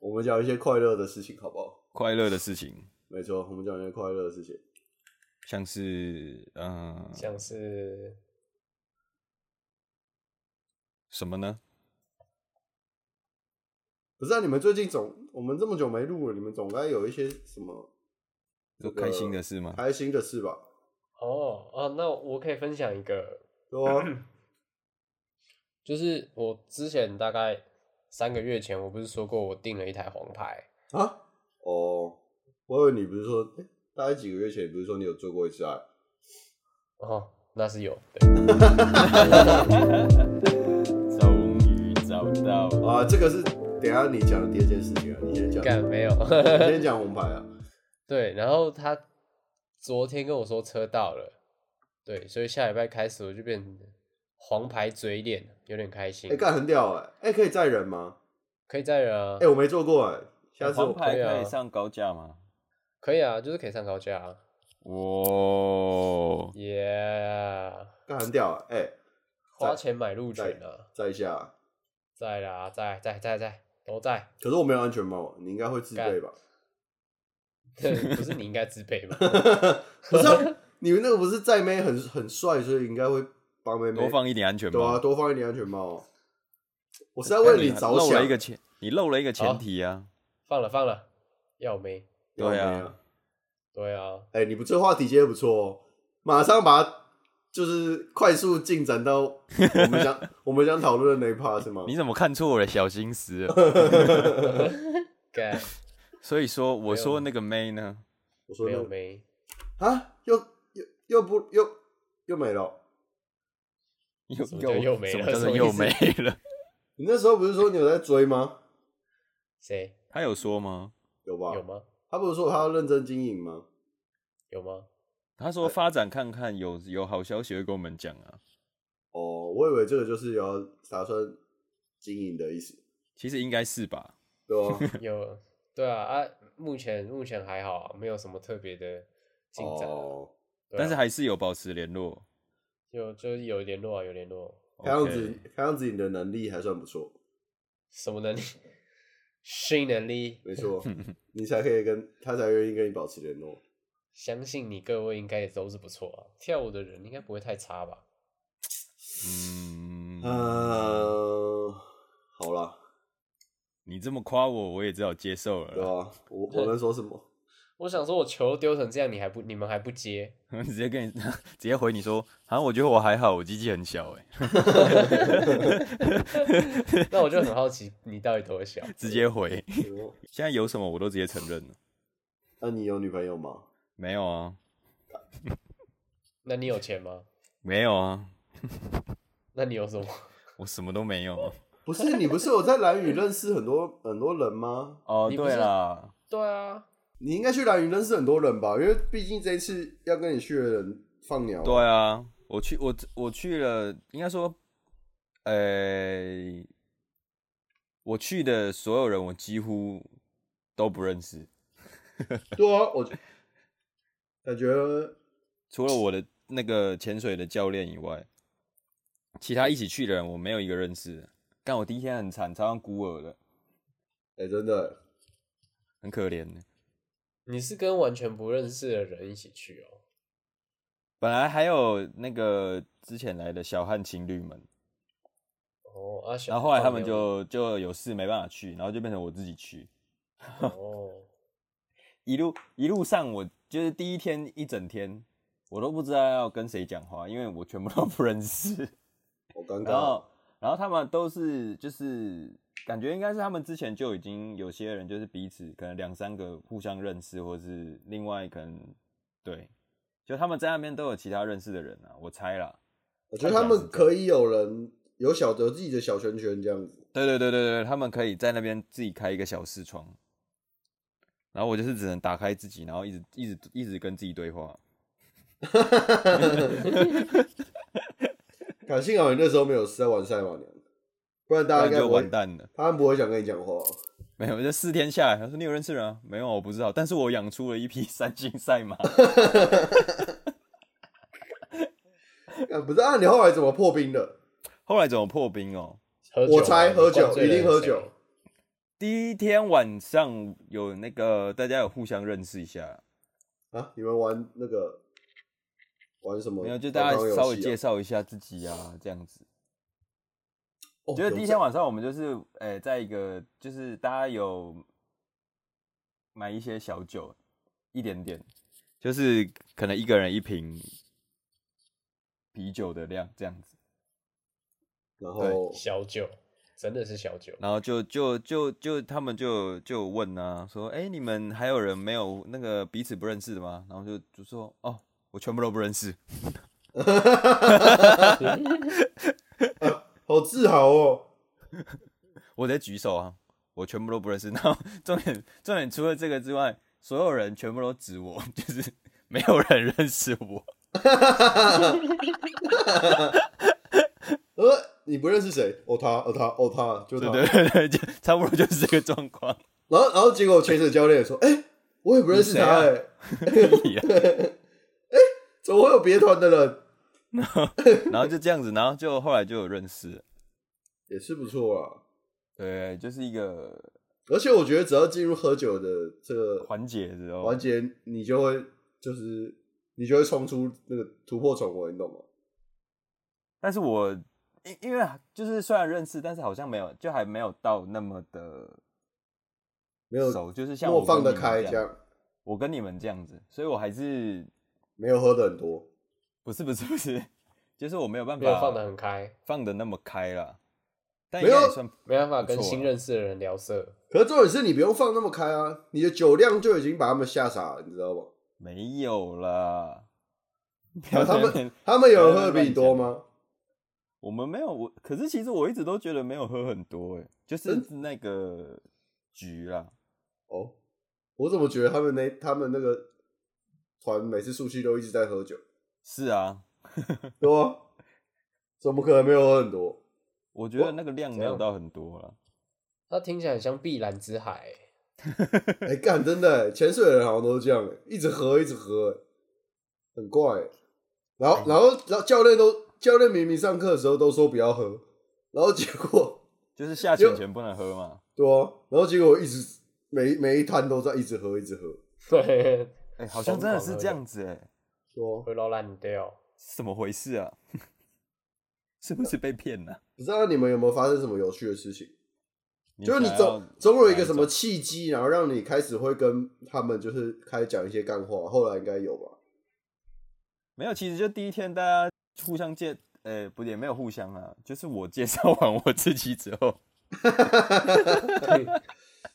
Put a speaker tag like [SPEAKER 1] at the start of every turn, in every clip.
[SPEAKER 1] 我们讲一些快乐的事情，好不好？
[SPEAKER 2] 快乐的事情，
[SPEAKER 1] 没错，我们讲一些快乐的事情。
[SPEAKER 2] 像是嗯、呃
[SPEAKER 3] 像是
[SPEAKER 2] 什么呢？
[SPEAKER 1] 不是啊，你们最近总我们这么久没录了，你们总该有一些什么
[SPEAKER 2] 就开心的事吗？
[SPEAKER 1] 开心的事吧？
[SPEAKER 3] 哦哦，那我可以分享一个，
[SPEAKER 1] 对 啊，
[SPEAKER 3] 就是我之前大概三个月前，我不是说过我订了一台黄牌，
[SPEAKER 1] 啊，哦，我以为你不是说，诶大概几个月前，你不是说你有做过一次爱？
[SPEAKER 3] 哦，那是有，对，
[SPEAKER 2] 终于找到了
[SPEAKER 1] 啊，这个是等一下你讲的第二件事情啊，你先讲，
[SPEAKER 3] 干没有，
[SPEAKER 1] 你 先讲红牌啊。
[SPEAKER 3] 对，然后他昨天跟我说车到了，对，所以下礼拜开始我就变成黄牌嘴脸，有点开心
[SPEAKER 1] 哎、，干很屌哎、哎、可以载人吗？
[SPEAKER 3] 可以载人啊
[SPEAKER 1] 哎、，我没做过哎、下次我
[SPEAKER 2] 黄牌
[SPEAKER 3] 可以啊
[SPEAKER 2] 可以上高架吗？
[SPEAKER 3] 可以啊，就是可以上高架啊
[SPEAKER 2] 哇，
[SPEAKER 3] ，Yeah，
[SPEAKER 1] 干很屌哎、哎
[SPEAKER 3] 花
[SPEAKER 1] 在
[SPEAKER 3] 钱买路权
[SPEAKER 1] 在
[SPEAKER 3] 啊，
[SPEAKER 1] 载一下。
[SPEAKER 3] 在啦，在在在在都在，
[SPEAKER 1] 可是我没有安全帽，啊你应该会自备吧？
[SPEAKER 3] 不是你应该自备吗？
[SPEAKER 1] 不是、啊，你们那个不是载妹很很帅，所以应该会帮妹妹
[SPEAKER 2] 多放一点安全
[SPEAKER 1] 对啊，
[SPEAKER 2] 帽。哎
[SPEAKER 1] 多放一点安全帽哦。我是在为你着
[SPEAKER 2] 漏了
[SPEAKER 1] 想
[SPEAKER 2] 一，个前，你漏了一个前提啊。
[SPEAKER 3] 放了放了，要没？
[SPEAKER 1] 有没有
[SPEAKER 2] 对啊。
[SPEAKER 3] 对啊，
[SPEAKER 1] 哎、你不这话题接的不错哦，马上把它就是快速进展到我们 想我们想讨论的那一 part 是吗？
[SPEAKER 2] 你怎么看错我的小心思 了？
[SPEAKER 3] 干
[SPEAKER 2] 所以说，我
[SPEAKER 3] 没有
[SPEAKER 2] 说那个妹呢？
[SPEAKER 1] 我 说
[SPEAKER 3] 没
[SPEAKER 1] 那
[SPEAKER 3] 有
[SPEAKER 1] 个
[SPEAKER 3] 没？
[SPEAKER 1] 啊，又又又不又又没了。
[SPEAKER 2] 又
[SPEAKER 3] 什么叫又没
[SPEAKER 2] 什么
[SPEAKER 3] 了
[SPEAKER 2] 叫
[SPEAKER 3] 什
[SPEAKER 2] 做
[SPEAKER 3] 么
[SPEAKER 2] 又
[SPEAKER 3] 意思
[SPEAKER 2] 没 了？
[SPEAKER 1] 你那时候不是说你有在追吗？
[SPEAKER 3] 谁
[SPEAKER 2] 他有说吗？
[SPEAKER 1] 有吧？
[SPEAKER 3] 有吗？
[SPEAKER 1] 他不是说他要认真经营吗？
[SPEAKER 3] 有吗？
[SPEAKER 2] 他
[SPEAKER 3] 呃
[SPEAKER 2] 说发展看看，有有好消息会跟我们讲啊。
[SPEAKER 1] 哦，我以为这个就是要打算经营的意思，
[SPEAKER 2] 其实应该是吧。
[SPEAKER 1] 对吧、
[SPEAKER 3] 有，对啊啊，目前目前还好啊，没有什么特别的进展啊、
[SPEAKER 1] 哦，
[SPEAKER 3] 对啊
[SPEAKER 2] 但是还是有保持联络。
[SPEAKER 3] 有就是有联络啊，有联络。
[SPEAKER 1] 看样
[SPEAKER 2] OK
[SPEAKER 1] 子看样子你的能力还算不错，
[SPEAKER 3] 什么能力？性能力？
[SPEAKER 1] 没错， 你才可以跟他才愿意跟你保持联络。
[SPEAKER 3] 相信你各位应该也都是不错啊，跳舞的人应该不会太差吧？
[SPEAKER 2] 嗯，
[SPEAKER 1] 呃，好啦，
[SPEAKER 2] 你这么夸我，我也只好接受了
[SPEAKER 1] 对
[SPEAKER 2] 啦。
[SPEAKER 1] 吧、我我能说什么？
[SPEAKER 3] 我想说，我球丢成这样，你还不你们还不接？
[SPEAKER 2] 直接跟你 直接回你说，啊，我觉得我还好，我机器很小、欸，哎，
[SPEAKER 3] 那我就很好奇，你到底多小？
[SPEAKER 2] 直接 回。
[SPEAKER 1] 我
[SPEAKER 2] 现在有什么我都直接承认了。
[SPEAKER 1] 那、你有女朋友吗？
[SPEAKER 2] 没有啊，
[SPEAKER 3] 那你有钱吗？
[SPEAKER 2] 没有啊，
[SPEAKER 3] 那你有什么？
[SPEAKER 2] 我什么都没有啊。
[SPEAKER 1] 不是，你不是有在蓝屿认识很多很多人吗？
[SPEAKER 2] 哦，
[SPEAKER 3] 你不
[SPEAKER 2] 对
[SPEAKER 3] 是
[SPEAKER 2] 啦，
[SPEAKER 3] 对啊，
[SPEAKER 1] 你应该去蓝屿认识很多人吧，因为毕竟这一次要跟你去的人放鸟。
[SPEAKER 2] 对啊，我去，我我去了，应该说，呃，我去的所有人，我几乎都不认识，
[SPEAKER 1] 对啊，我感觉
[SPEAKER 2] 除了我的那个潜水的教练以外，其他一起去的人，我没有一个认识的。但我第一天很惨，超像孤儿的，
[SPEAKER 1] 哎、真的
[SPEAKER 2] 很可怜的。
[SPEAKER 3] 你是跟完全不认识的人一起去哦。
[SPEAKER 2] 本来还有那个之前来的小汉情侣们，
[SPEAKER 3] 哦，啊，小
[SPEAKER 2] 然后后来他们
[SPEAKER 3] 放
[SPEAKER 2] 就就有事没办法去，然后就变成我自己去。
[SPEAKER 3] 牛哦，
[SPEAKER 2] 一路一路上，我就是第一天一整天，我都不知道要跟谁讲话，因为我全部都不认识。
[SPEAKER 1] 好尴
[SPEAKER 2] 然
[SPEAKER 3] 哦
[SPEAKER 1] 尬
[SPEAKER 2] 后，然后他们都是就是感觉应该是他们之前就已经有些人就是彼此可能两三个互相认识，或是另外可能对，就他们在那边都有其他认识的人啊，我猜啦。
[SPEAKER 1] 我觉得他们可以有人有小有自己的小圈圈这样子。
[SPEAKER 2] 对对对对对，他们可以在那边自己开一个小视窗，然后我就是只能打开自己，然后一直一直一直跟自己对话。
[SPEAKER 1] 感幸好你那时候没有在玩赛马娘，不然大家应
[SPEAKER 2] 不
[SPEAKER 1] 该
[SPEAKER 2] 然就
[SPEAKER 1] 不会
[SPEAKER 2] 完蛋了。
[SPEAKER 1] 他们不会想跟你讲话。
[SPEAKER 2] 没有，这四天下来，他说你有认识人、啊？没有啊，我不知道。但是我养出了一匹 三星赛马，
[SPEAKER 1] 啊，不是啊，你后来怎么破冰的？
[SPEAKER 2] 后来怎么破冰哦？
[SPEAKER 3] 喝酒
[SPEAKER 1] 我
[SPEAKER 3] 啊
[SPEAKER 1] 猜
[SPEAKER 3] 你
[SPEAKER 1] 喝
[SPEAKER 3] 灌
[SPEAKER 1] 酒，
[SPEAKER 3] 醉
[SPEAKER 1] 一定
[SPEAKER 3] 了
[SPEAKER 1] 喝
[SPEAKER 3] 谁
[SPEAKER 1] 酒。
[SPEAKER 2] 第一天晚上有那个大家有互相认识一下，
[SPEAKER 1] 啊，你们玩那个玩什么？
[SPEAKER 2] 没有就大家
[SPEAKER 1] 刚刚游戏啊
[SPEAKER 2] 稍微介绍一下自己啊，这样子。
[SPEAKER 1] 哦
[SPEAKER 2] 觉得第一
[SPEAKER 1] 有
[SPEAKER 2] 天晚上我们就是，呃、在一个就是大家有买一些小酒，一点点，就是可能一个人一瓶啤酒的量这样子，
[SPEAKER 1] 然后
[SPEAKER 3] 小酒，真的是小酒。
[SPEAKER 2] 然后就就就就他们就就有问啊，说，哎、你们还有人没有那个彼此不认识的吗？然后就就说，哦，我全部都不认识，
[SPEAKER 1] 好自豪哦，
[SPEAKER 2] 我在举手啊，我全部都不认识。 然后重点重点除了这个之外，所有人全部都指我， 就是没有人认识我。
[SPEAKER 1] 呃，你不认识谁？哦他，哦他，哦他，就
[SPEAKER 2] 对
[SPEAKER 1] 他。
[SPEAKER 2] 对对对，就差不多就是这个状况。
[SPEAKER 1] 然后然后结果潜水教练也说，哎、我也不认识他、
[SPEAKER 2] 你
[SPEAKER 1] 哎、
[SPEAKER 2] 谁啊 屁啊
[SPEAKER 1] 怎么会有别团的人？
[SPEAKER 2] 然后就这样子，然后就后来就有认识了。
[SPEAKER 1] 也是不错啊。
[SPEAKER 2] 对，就是一个
[SPEAKER 1] 而且我觉得只要进入喝酒的这个
[SPEAKER 2] 环节之后
[SPEAKER 1] 环，节，你就会就是你就会冲出那个突破重围，你懂吗？
[SPEAKER 2] 但是我因因为啊就是虽然认识，但是好像没有，就还没有到那么的
[SPEAKER 1] 没有
[SPEAKER 2] 熟，就是像
[SPEAKER 1] 那么
[SPEAKER 2] 我
[SPEAKER 1] 放
[SPEAKER 2] 跟
[SPEAKER 1] 得
[SPEAKER 2] 你们
[SPEAKER 1] 开，这
[SPEAKER 2] 这样，
[SPEAKER 1] 样
[SPEAKER 2] 我跟你们这样子，所以我还是
[SPEAKER 1] 没有喝的很多。
[SPEAKER 2] 不是不是不是，就是我没有办
[SPEAKER 3] 没有
[SPEAKER 2] 法
[SPEAKER 3] 放得很开，
[SPEAKER 2] 放的那么开啦，但
[SPEAKER 1] 没
[SPEAKER 2] 应该也
[SPEAKER 1] 有
[SPEAKER 2] 算
[SPEAKER 3] 没办法
[SPEAKER 2] 不错
[SPEAKER 3] 跟新
[SPEAKER 2] 啊
[SPEAKER 3] 认识的人聊色。
[SPEAKER 1] 可是重点是你不用放那么开啊，你的酒量就已经把他们吓傻了，你知道吗？
[SPEAKER 2] 没有啦。不
[SPEAKER 1] 啊
[SPEAKER 2] 要
[SPEAKER 1] 他
[SPEAKER 2] 在那
[SPEAKER 1] 们
[SPEAKER 2] 边
[SPEAKER 1] 他们有人喝的比你多
[SPEAKER 2] 不要在那边乱
[SPEAKER 1] 吗？
[SPEAKER 2] 我们没有我，可是其实我一直都觉得没有喝很多、欸，就是那个局啦，
[SPEAKER 1] 哦，我怎么觉得他们那他们那个团每次出去都一直在喝酒？
[SPEAKER 2] 是啊，
[SPEAKER 1] 对啊，怎么可能没有喝很多？
[SPEAKER 2] 我觉得那个量没有到很多啦。
[SPEAKER 3] 它听起来很像碧蓝之海欸、
[SPEAKER 1] 哎、干，真的欸，潜水的人好像都是这样，欸一直喝，一直喝，欸很怪欸。然
[SPEAKER 2] 哎
[SPEAKER 1] 后，然后，然后教练都教练明明上课的时候都说不要喝，然后结果，
[SPEAKER 2] 就是下潜前不能喝嘛。
[SPEAKER 1] 对啊，然后结果一直每每一摊都在一直喝，一直喝，
[SPEAKER 3] 对，
[SPEAKER 2] 哎、好像真的是这样子、欸，哎，
[SPEAKER 1] 对啊，
[SPEAKER 3] 会捞烂掉。
[SPEAKER 2] 是怎么回事啊？ 是不是被骗了、
[SPEAKER 1] 不知道你们有没有发生什么有趣的事情？就是你
[SPEAKER 2] 想要
[SPEAKER 1] 总总有一
[SPEAKER 2] 哪
[SPEAKER 1] 个什么
[SPEAKER 2] 种
[SPEAKER 1] 契机，然后让你开始会跟他们就是开始讲一些干话，后来应该有吧？
[SPEAKER 2] 没有，其实就第一天大家互相介，呃、不也没有互相啊，就是我介绍完我自己之后，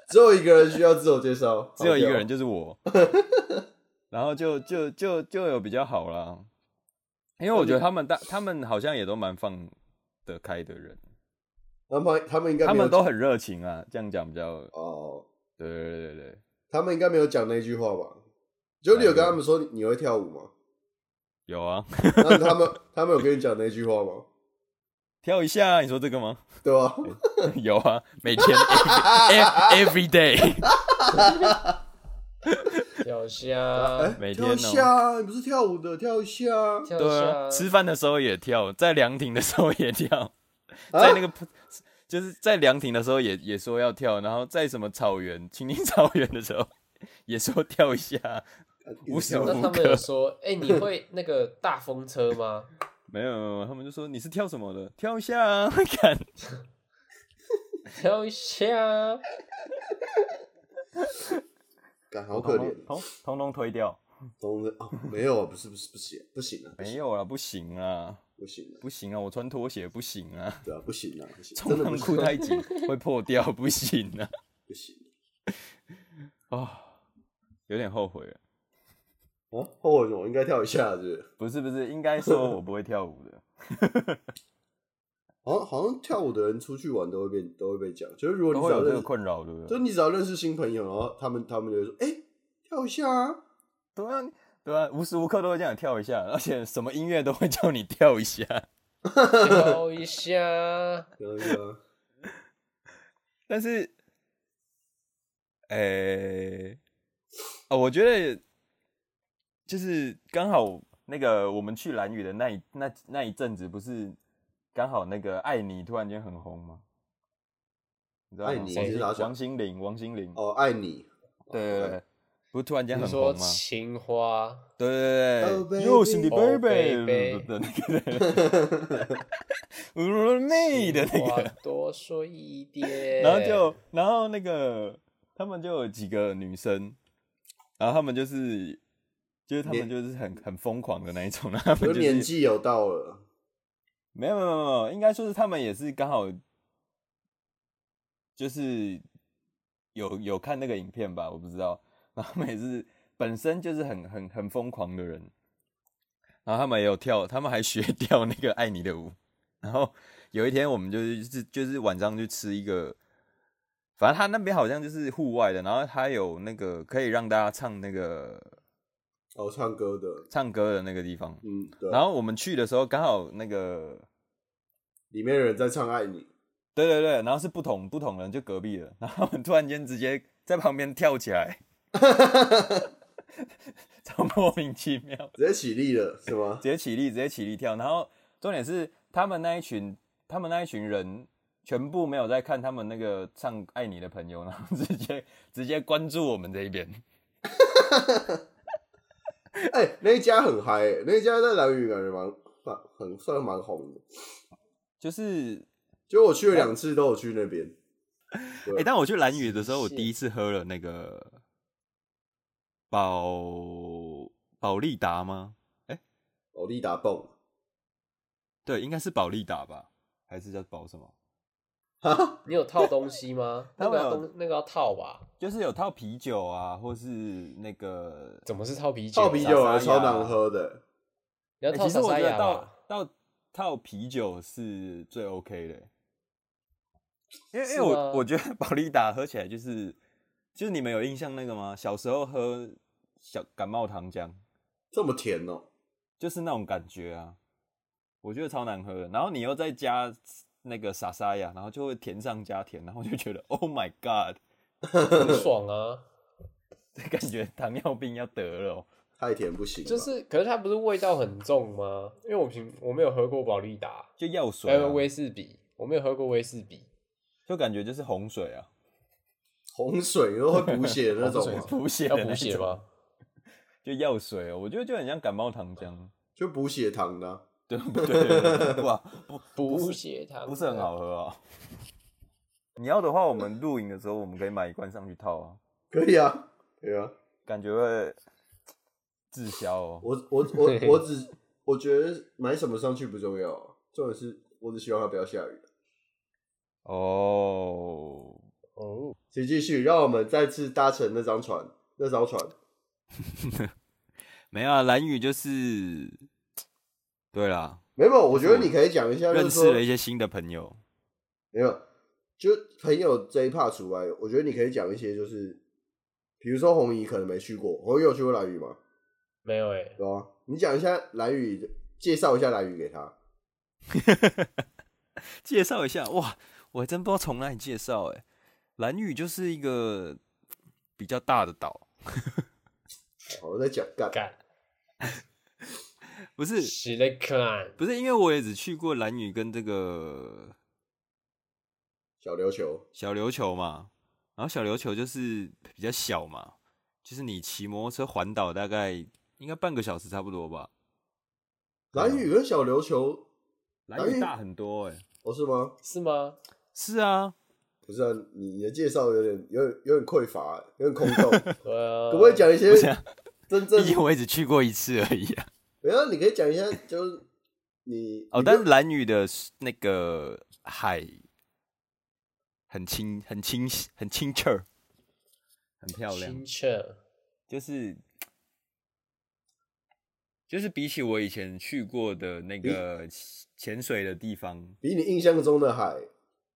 [SPEAKER 1] 只有一个人需要自我介绍，
[SPEAKER 2] 哦只有一个
[SPEAKER 1] 好
[SPEAKER 2] 人，就是 我，然后就就就就有比较好啦，因为我觉得他们大，他们好像也都蛮放得开的人，
[SPEAKER 1] 他们他们应该
[SPEAKER 2] 他
[SPEAKER 1] 没有
[SPEAKER 2] 们都很热情啊，这样讲比较，
[SPEAKER 1] 哦，
[SPEAKER 2] 对对对对，
[SPEAKER 1] 他们应该没有讲那句话吧？就你有跟他们说你你会跳舞吗？
[SPEAKER 2] 有啊，
[SPEAKER 1] 那他们 他们有跟你讲那句话吗？
[SPEAKER 2] 跳一下啊，你说这个吗？
[SPEAKER 1] 对吧、
[SPEAKER 2] 有啊，每天 every, every day，
[SPEAKER 3] 跳
[SPEAKER 1] 啊
[SPEAKER 3] 虾，
[SPEAKER 2] 每天
[SPEAKER 1] 哎跳一
[SPEAKER 2] 哦、
[SPEAKER 1] 下，你不是跳舞的，跳一下。
[SPEAKER 3] 跳
[SPEAKER 2] 对啊，
[SPEAKER 3] 虾
[SPEAKER 2] 吃，饭的时候也跳，在凉亭的时候也跳，
[SPEAKER 1] 啊
[SPEAKER 2] 在那个。 就是在凉亭的时候也也说要跳，然后在什么草原、青青草原的时候 也说跳一下，无时无
[SPEAKER 3] 那他们有说，哎、 你会那个大风车吗？
[SPEAKER 2] 没有，没有，没有他们就说你是跳什么的，跳一下啊！看，
[SPEAKER 3] 跳虾，
[SPEAKER 1] 感好可怜，
[SPEAKER 2] 统统统推掉，
[SPEAKER 1] 总之 哦，没有啊，不是不是不行不行啊，不
[SPEAKER 2] 没
[SPEAKER 1] 行
[SPEAKER 2] 有啦，不行啦，
[SPEAKER 1] 不行啊，
[SPEAKER 2] 不行啊，我穿拖鞋不行啊，
[SPEAKER 1] 对啊，不行啊，不行，
[SPEAKER 2] 冲
[SPEAKER 1] 真的
[SPEAKER 2] 浪
[SPEAKER 1] 不
[SPEAKER 2] 裤
[SPEAKER 1] 行，
[SPEAKER 2] 太紧会破掉，不行 啊，
[SPEAKER 1] 不行
[SPEAKER 2] 啊、有点后悔了。
[SPEAKER 1] 啊！后悔什么？应该跳一下，是不是？
[SPEAKER 2] 不是不是，应该说我不会跳舞的，
[SPEAKER 1] 好像好像跳舞的人出去玩都会被都会被讲，就是如果
[SPEAKER 2] 都
[SPEAKER 1] 你
[SPEAKER 2] 会
[SPEAKER 1] 只要
[SPEAKER 2] 有这
[SPEAKER 1] 认
[SPEAKER 2] 个
[SPEAKER 1] 识，
[SPEAKER 2] 困扰，对不
[SPEAKER 1] 就
[SPEAKER 2] 对？
[SPEAKER 1] 你只要认识新朋友，然后他们他们就会说，哎、跳一下啊，
[SPEAKER 2] 对啊，对啊，无时无刻都会这样跳一下，而且什么音乐都会叫你跳一下。
[SPEAKER 3] 跳一下，
[SPEAKER 1] 跳一下啊。
[SPEAKER 2] 但是，诶、哦，我觉得就是刚好那个我们去蓝屿的那一那那一阵子，不是刚好那个艾妮突然间很红吗？你知道吗？
[SPEAKER 1] 爱
[SPEAKER 2] 王
[SPEAKER 1] 你
[SPEAKER 3] 你
[SPEAKER 2] 心
[SPEAKER 1] 是哪想
[SPEAKER 2] 王心凌，王心凌，
[SPEAKER 1] 哦，爱你，
[SPEAKER 2] 对对对对，不是突然间
[SPEAKER 3] 你
[SPEAKER 2] 很
[SPEAKER 3] 说
[SPEAKER 2] 红吗？
[SPEAKER 3] 情花，
[SPEAKER 2] 对对
[SPEAKER 1] Oh,
[SPEAKER 2] 对对
[SPEAKER 1] baby
[SPEAKER 2] 又是你
[SPEAKER 3] Oh,
[SPEAKER 2] baby 的那个，我妹的那
[SPEAKER 3] 话
[SPEAKER 2] 个，
[SPEAKER 3] 多说一点，
[SPEAKER 2] 然后就然后那个他们就有几个女生，然后他们就是就是他们就是很很疯狂的那一种，然后他
[SPEAKER 1] 就
[SPEAKER 2] 们
[SPEAKER 1] 年
[SPEAKER 2] 就是
[SPEAKER 1] 纪 有到了，
[SPEAKER 2] 没有没有没有没有，应该说是他们也是刚好就是有有看那个影片吧，我不知道， 然后他们也是本身就是很很很疯狂的人，然后他们也有跳，他们还学跳那个爱你的舞。 然后有一天我们就是就是就是晚上去吃一个，反正他那边好像就是户外的，然后他有那个可以让大家唱那个
[SPEAKER 1] 哦，唱歌的，
[SPEAKER 2] 唱歌的那个地方。
[SPEAKER 1] 嗯，对，
[SPEAKER 2] 然后我们去的时候刚好那个，
[SPEAKER 1] 里面有人在唱爱你，
[SPEAKER 2] 对对对，然后是不同不同人就隔壁的，然后我们突然间直接在旁边跳起来，超莫名其妙。
[SPEAKER 1] 直接起立了是吗
[SPEAKER 2] 直？接起立，直接起立跳。然后重点是他们那一群，他们那一群人全部没有在看他们那个唱《爱你》的朋友，然后直接直接关注我们这一边。
[SPEAKER 1] 哎、那一家很嗨、欸，那一家在蓝屿感觉蛮蛮很算蛮红的，
[SPEAKER 2] 就是，
[SPEAKER 1] 就我去了两次，都有去那边。
[SPEAKER 2] 哎、
[SPEAKER 1] 对
[SPEAKER 2] 但我去蓝屿的时候，我
[SPEAKER 3] 是
[SPEAKER 2] 第一次喝了那个宝宝利达吗？
[SPEAKER 1] 哦，利达泵，
[SPEAKER 2] 对，应该是宝利达吧，还是叫宝什么？
[SPEAKER 3] 你有套东西吗？
[SPEAKER 2] 他
[SPEAKER 3] 那
[SPEAKER 2] 们
[SPEAKER 3] 个
[SPEAKER 2] 有
[SPEAKER 3] 要东那个要套吧？
[SPEAKER 2] 就是有套啤酒啊，或是那个
[SPEAKER 3] 怎么是套啤酒？
[SPEAKER 1] 泡啤酒还
[SPEAKER 2] 啊
[SPEAKER 1] 超难喝的、
[SPEAKER 3] 你要
[SPEAKER 2] 欸
[SPEAKER 3] 套
[SPEAKER 2] 其实
[SPEAKER 3] 莎
[SPEAKER 2] 我
[SPEAKER 3] 莎
[SPEAKER 2] 觉得
[SPEAKER 3] 雅
[SPEAKER 2] 到
[SPEAKER 3] 吧？
[SPEAKER 2] 到套啤酒是最 OK 的欸，因为因为
[SPEAKER 3] 是
[SPEAKER 2] 我
[SPEAKER 3] 吗
[SPEAKER 2] 我觉得宝利达喝起来就是就是你们有印象那个吗？小时候喝小感冒糖浆，
[SPEAKER 1] 这么甜哦、
[SPEAKER 2] 就是那种感觉啊，我觉得超难喝的。然后你又再加那个莎莎呀，然后就会甜上加甜，然后就觉得 Oh my God，
[SPEAKER 3] 很爽啊！
[SPEAKER 2] 这感觉糖尿病要得了哦、
[SPEAKER 1] 太甜不行吧。
[SPEAKER 3] 就是，可是它不是味道很重吗？因为我平我没有喝过宝利达，
[SPEAKER 2] 就药水、
[SPEAKER 3] 还有
[SPEAKER 2] 啊，
[SPEAKER 3] 威士比，哎我没有喝过威士 比。
[SPEAKER 2] 就感觉就是洪水啊，
[SPEAKER 1] 洪水，然后会补血那种
[SPEAKER 3] 洪
[SPEAKER 1] 嘛
[SPEAKER 3] 水，
[SPEAKER 2] 补血
[SPEAKER 3] 要
[SPEAKER 2] 的
[SPEAKER 3] 补
[SPEAKER 2] 那
[SPEAKER 3] 血
[SPEAKER 2] 种
[SPEAKER 3] 吗？
[SPEAKER 2] 就药水、哦，我觉得就很像感冒糖浆。
[SPEAKER 1] 就补血糖的啊、
[SPEAKER 2] 对不 对？哇，不
[SPEAKER 3] 补血糖
[SPEAKER 2] 不是很好喝啊。你要的话，我们露营的时候，我们可以买一罐上去套啊，
[SPEAKER 1] 可以啊，可以啊。
[SPEAKER 2] 感觉会滞销哦。
[SPEAKER 1] 我我我我只我觉得买什么上去不重要啊、重点是我只希望它不要下雨。
[SPEAKER 2] 哦，
[SPEAKER 3] 哦。
[SPEAKER 1] 请继续，让我们再次搭乘那张船，那艘船。
[SPEAKER 2] 没有啊，蓝宇就是，对啦，
[SPEAKER 1] 没有，我觉得你可以讲一下，就是
[SPEAKER 2] 认
[SPEAKER 1] 说
[SPEAKER 2] 识了一些新的朋友。
[SPEAKER 1] 没有，就朋友这一 part 除外，我觉得你可以讲一些，就是比如说红姨可能没去过，红姨有去过蓝屿吗？
[SPEAKER 3] 没有哎、
[SPEAKER 1] 对吧、你讲一下蓝屿，介绍一下蓝屿给他。
[SPEAKER 2] 介绍一下哇，我还真不知道从哪里介绍哎、蓝屿就是一个比较大的岛，
[SPEAKER 1] 好，我在讲干，
[SPEAKER 3] 干
[SPEAKER 2] 不是
[SPEAKER 3] 死的看，
[SPEAKER 2] 不是，因为我也只去过蓝屿跟这个
[SPEAKER 1] 小琉球，
[SPEAKER 2] 小琉球嘛，然后小琉球就是比较小嘛，就是你骑摩托车环岛大概应该半个小时差不多吧。
[SPEAKER 1] 蓝屿跟小琉球，
[SPEAKER 2] 蓝屿大很多哎、
[SPEAKER 1] 哦是吗？
[SPEAKER 3] 是吗？
[SPEAKER 2] 是啊，
[SPEAKER 1] 不是啊，你你的介绍有点有点有点匮乏，有点空 洞，可
[SPEAKER 3] 呃，
[SPEAKER 1] 不可以讲一些
[SPEAKER 2] 不是啊，
[SPEAKER 1] 真正
[SPEAKER 2] 毕？竟我也只去过一次而已啊。
[SPEAKER 1] 没有，你可以讲一下，就是你
[SPEAKER 2] 哦，
[SPEAKER 1] 你
[SPEAKER 2] 但
[SPEAKER 1] 就是
[SPEAKER 2] 蓝屿的那个海很清、很清、很清澈，很漂亮。
[SPEAKER 3] 清澈，
[SPEAKER 2] 就是就是比起我以前去过的那个潜水的地方，
[SPEAKER 1] 比你印象中的海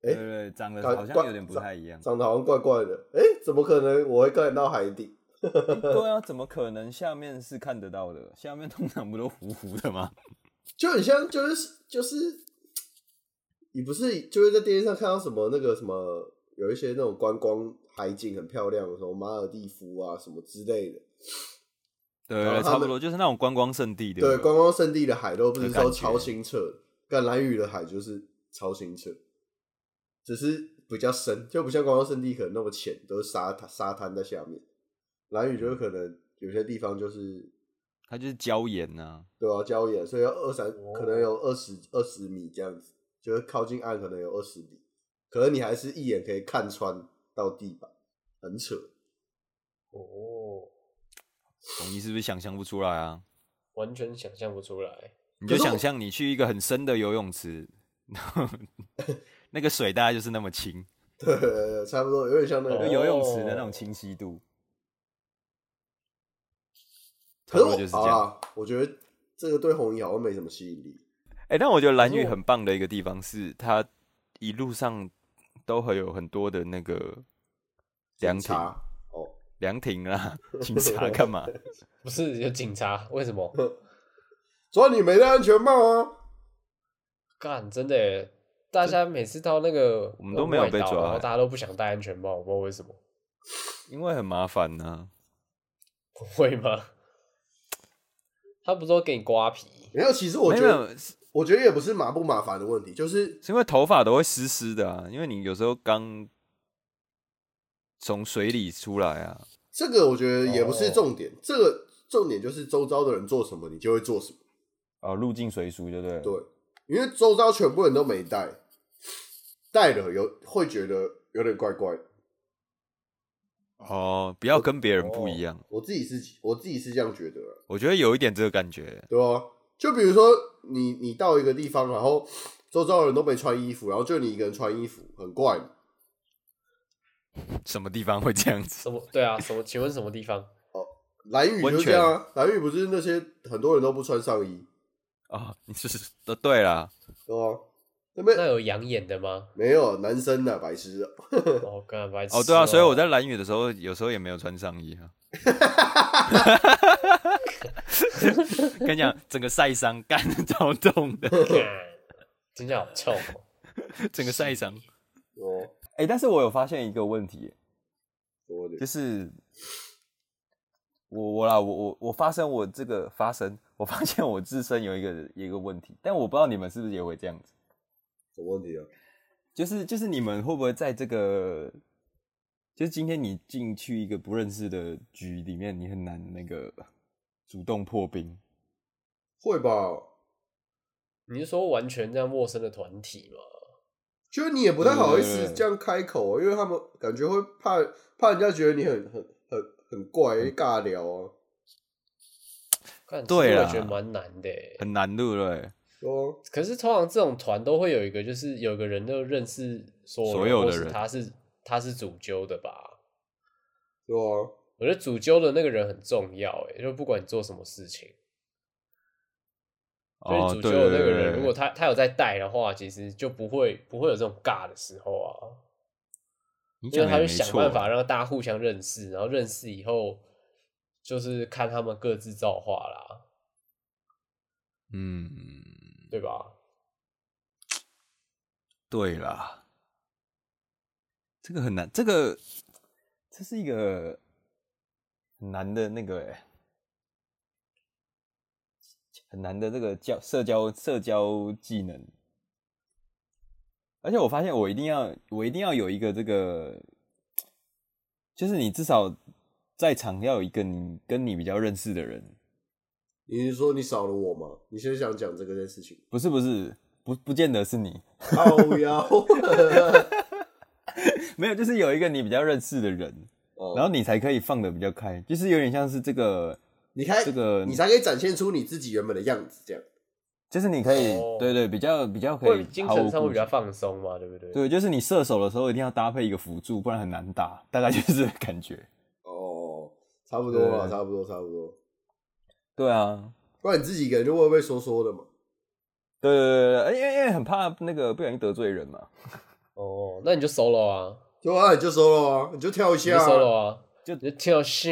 [SPEAKER 2] 对
[SPEAKER 1] 诶
[SPEAKER 2] 对对，长得
[SPEAKER 1] 感
[SPEAKER 2] 好像
[SPEAKER 1] 怪
[SPEAKER 2] 有点不太一样。
[SPEAKER 1] 长得好像怪怪的，哎、怎么可能我会看到海底？
[SPEAKER 2] 对啊，怎么可能下面是看得到的？下面通常不都糊糊的吗？
[SPEAKER 1] 就很像，就是就是，你不是就是在电视上看到什么那个什么，有一些那种观光海景很漂亮，什么马尔蒂夫啊什么之类的，
[SPEAKER 2] 对
[SPEAKER 1] 然后他
[SPEAKER 2] 对，
[SPEAKER 1] 们
[SPEAKER 2] 差不多就是那种观光胜地的。
[SPEAKER 1] 对，观光胜地的海都不是
[SPEAKER 2] 的感
[SPEAKER 1] 超
[SPEAKER 2] 觉
[SPEAKER 1] 超清澈的，但蓝屿的海就是超清澈，只是不比较深，就不像观光圣地可能那么浅，都是沙滩沙滩在下面。蓝屿
[SPEAKER 2] 嗯
[SPEAKER 1] 就是可能有些地方就是
[SPEAKER 2] 它就是礁岩呐、
[SPEAKER 1] 对啊，礁岩，所以要二三，可能
[SPEAKER 2] 哦
[SPEAKER 1] 有二十二十米这样子，就是靠近岸可能有二十米，可是你还是一眼可以看穿到地板，很扯。
[SPEAKER 3] 哦，
[SPEAKER 2] 统一是不是想象不出来啊？
[SPEAKER 3] 完全想象不出来。
[SPEAKER 2] 你
[SPEAKER 1] 可
[SPEAKER 2] 就是
[SPEAKER 1] 我
[SPEAKER 2] 想象你去一个很深的游泳池，然后 那个水大概就是那么清，
[SPEAKER 1] 对，差不多，有点像那
[SPEAKER 2] 就
[SPEAKER 1] 个。
[SPEAKER 2] 游泳池
[SPEAKER 1] 哦
[SPEAKER 2] 的那种清晰度，差
[SPEAKER 1] 可
[SPEAKER 2] 不
[SPEAKER 1] 是
[SPEAKER 2] 多
[SPEAKER 1] 我
[SPEAKER 2] 就是这
[SPEAKER 1] 好
[SPEAKER 2] 样。
[SPEAKER 1] 啦我觉得这个对红衣好像没什么吸引力。
[SPEAKER 2] 哎、但我觉得蓝
[SPEAKER 3] 可是
[SPEAKER 2] 屿
[SPEAKER 3] 我
[SPEAKER 2] 很棒的一个地方是，它一路上都会有很多的那个凉亭，
[SPEAKER 1] 茶哦，
[SPEAKER 2] 凉亭啦，警察干嘛？
[SPEAKER 3] 不是有警察？为什
[SPEAKER 2] 嗯
[SPEAKER 3] 么？
[SPEAKER 1] 所以你没戴安全帽啊？
[SPEAKER 3] 干，真的耶，大家每次到那个
[SPEAKER 2] 我们都没有被
[SPEAKER 3] 外岛
[SPEAKER 2] 抓
[SPEAKER 3] 然后
[SPEAKER 2] 欸
[SPEAKER 3] 大家都不想戴安全帽，我不知道为什么。
[SPEAKER 2] 因为很麻烦呢、
[SPEAKER 3] 不会吗？他不是都给你刮皮？
[SPEAKER 1] 没有，其实我
[SPEAKER 2] 没
[SPEAKER 1] 觉
[SPEAKER 2] 有没
[SPEAKER 1] 得，
[SPEAKER 2] 有，是
[SPEAKER 1] 我觉得也不是麻不麻烦的问题，就是
[SPEAKER 2] 是因为头发都会湿湿的啊，因为你有时候刚从水里出来啊。
[SPEAKER 1] 这个我觉得也不是重
[SPEAKER 2] 哦
[SPEAKER 1] 点，这个重点就是周遭的人做什么，你就会做什么。
[SPEAKER 2] 哦，入境随俗，对不对？
[SPEAKER 1] 对，因为周遭全部人都没戴，戴了有会觉得有点怪怪的。
[SPEAKER 2] 哦，不要跟别人不一样，
[SPEAKER 1] 我自己是我自己是这样觉得啦，
[SPEAKER 2] 我觉得有一点这个感觉。
[SPEAKER 1] 对吧、就比如说你你到一个地方，然后周遭的人都没穿衣服，然后就你一个人穿衣服，很怪。
[SPEAKER 2] 什么地方会这样子？
[SPEAKER 3] 什么？对啊，什么？请问什么地方？
[SPEAKER 1] 蓝雨就这样啊，蓝雨不是那些很多人都不穿上衣，
[SPEAKER 2] 哦，你是都对啦，
[SPEAKER 1] 对吧、那边？
[SPEAKER 3] 那有养眼的吗
[SPEAKER 1] 没有男生的白痴啊，
[SPEAKER 3] 哦，干白痴
[SPEAKER 2] 哦，对啊，所以我
[SPEAKER 3] 哦
[SPEAKER 2] 在蓝雨的时候，有时候也没有穿上衣 啊。跟你讲，整个晒伤，干超痛的，
[SPEAKER 3] 哦干听起来好臭哦。
[SPEAKER 2] 整个晒 伤。
[SPEAKER 1] 哦，
[SPEAKER 2] 哎、但是我有发现一个问题，
[SPEAKER 1] 我的
[SPEAKER 2] 就是我我啦，我我我发生我这个发生，我发现我自身有一个一个问题，但我不知道你们是不是也会这样子，
[SPEAKER 1] 什么问题啊？
[SPEAKER 2] 就是就是你们会不会在这个，就是今天你进去一个不认识的局里面，你很难那个主动破冰，
[SPEAKER 1] 会吧？
[SPEAKER 3] 你是说完全这样陌生的团体吗？
[SPEAKER 1] 就是你也不太好意
[SPEAKER 2] 对对
[SPEAKER 1] 思
[SPEAKER 2] 对
[SPEAKER 1] 这样开口、啊，因为他们感觉会怕怕人家觉得你很很很很怪尬聊啊，
[SPEAKER 3] 干，
[SPEAKER 2] 对
[SPEAKER 3] 其实我
[SPEAKER 2] 啦
[SPEAKER 3] 觉得蛮难的欸。
[SPEAKER 2] 很难对不对？
[SPEAKER 1] 哦，
[SPEAKER 3] 可是通常这种团都会有一个，就是有个人都认识所
[SPEAKER 2] 所有的
[SPEAKER 3] 有或是
[SPEAKER 2] 人
[SPEAKER 3] 他是他是主揪的吧？
[SPEAKER 1] 对啊，
[SPEAKER 3] 我觉得主揪的那个人很重要，哎，就不管你做什么事情，
[SPEAKER 2] 哦
[SPEAKER 3] 就是主揪的那个人，如果他他有在带的话，其实就不会不会有这种尬的时候啊。
[SPEAKER 2] 你
[SPEAKER 3] 因为
[SPEAKER 2] 讲
[SPEAKER 3] 他
[SPEAKER 2] 的
[SPEAKER 3] 就
[SPEAKER 2] 也没
[SPEAKER 3] 想
[SPEAKER 2] 错啊
[SPEAKER 3] 办，法让大家互相认识，然后认识以后就是看他们各自造化啦，
[SPEAKER 2] 嗯，
[SPEAKER 3] 对吧？
[SPEAKER 2] 对啦，这个很难，这个这是一个很难的那个、欸，很难的这个交社交社交技能。而且我发现，我一定要我一定要有一个这个，就是你至少在场要有一个你跟你比较认识的人，
[SPEAKER 1] 你是说你少了我吗？你是想讲这个件事情？
[SPEAKER 2] 不是不是不不见得是你，
[SPEAKER 1] 靠腰，
[SPEAKER 2] 没有就是有一个你比较认识的人。
[SPEAKER 1] 哦
[SPEAKER 2] 然后你才可以放得比较开，就是有点像是这个，
[SPEAKER 1] 你开
[SPEAKER 2] 这个
[SPEAKER 1] 你才可以展现出你自己原本的样子，这样
[SPEAKER 2] 就是你可以，
[SPEAKER 3] 哦
[SPEAKER 2] 对对，比较比较可
[SPEAKER 3] 会
[SPEAKER 2] 以
[SPEAKER 3] 精
[SPEAKER 2] 毫无
[SPEAKER 3] 神上会
[SPEAKER 2] 顾
[SPEAKER 3] 比较
[SPEAKER 2] 忌
[SPEAKER 3] 放松嘛，对不对？
[SPEAKER 2] 对，就是你射手的时候一定要搭配一个辅助，不然很难打，大概就是这个感觉。
[SPEAKER 1] 哦，差不多了，
[SPEAKER 2] 对
[SPEAKER 1] 差不多，差不多，
[SPEAKER 2] 对啊，
[SPEAKER 1] 不然你自己一个人就会被说说的嘛。
[SPEAKER 2] 对对对对，因为因为很怕那个不小心得罪人嘛，
[SPEAKER 3] 哦，那你就 solo 啊，
[SPEAKER 1] 对啊，你就 solo 啊，你就跳一
[SPEAKER 3] 你就
[SPEAKER 1] 下、啊，
[SPEAKER 3] solo 啊，
[SPEAKER 2] 就
[SPEAKER 3] 你就跳虾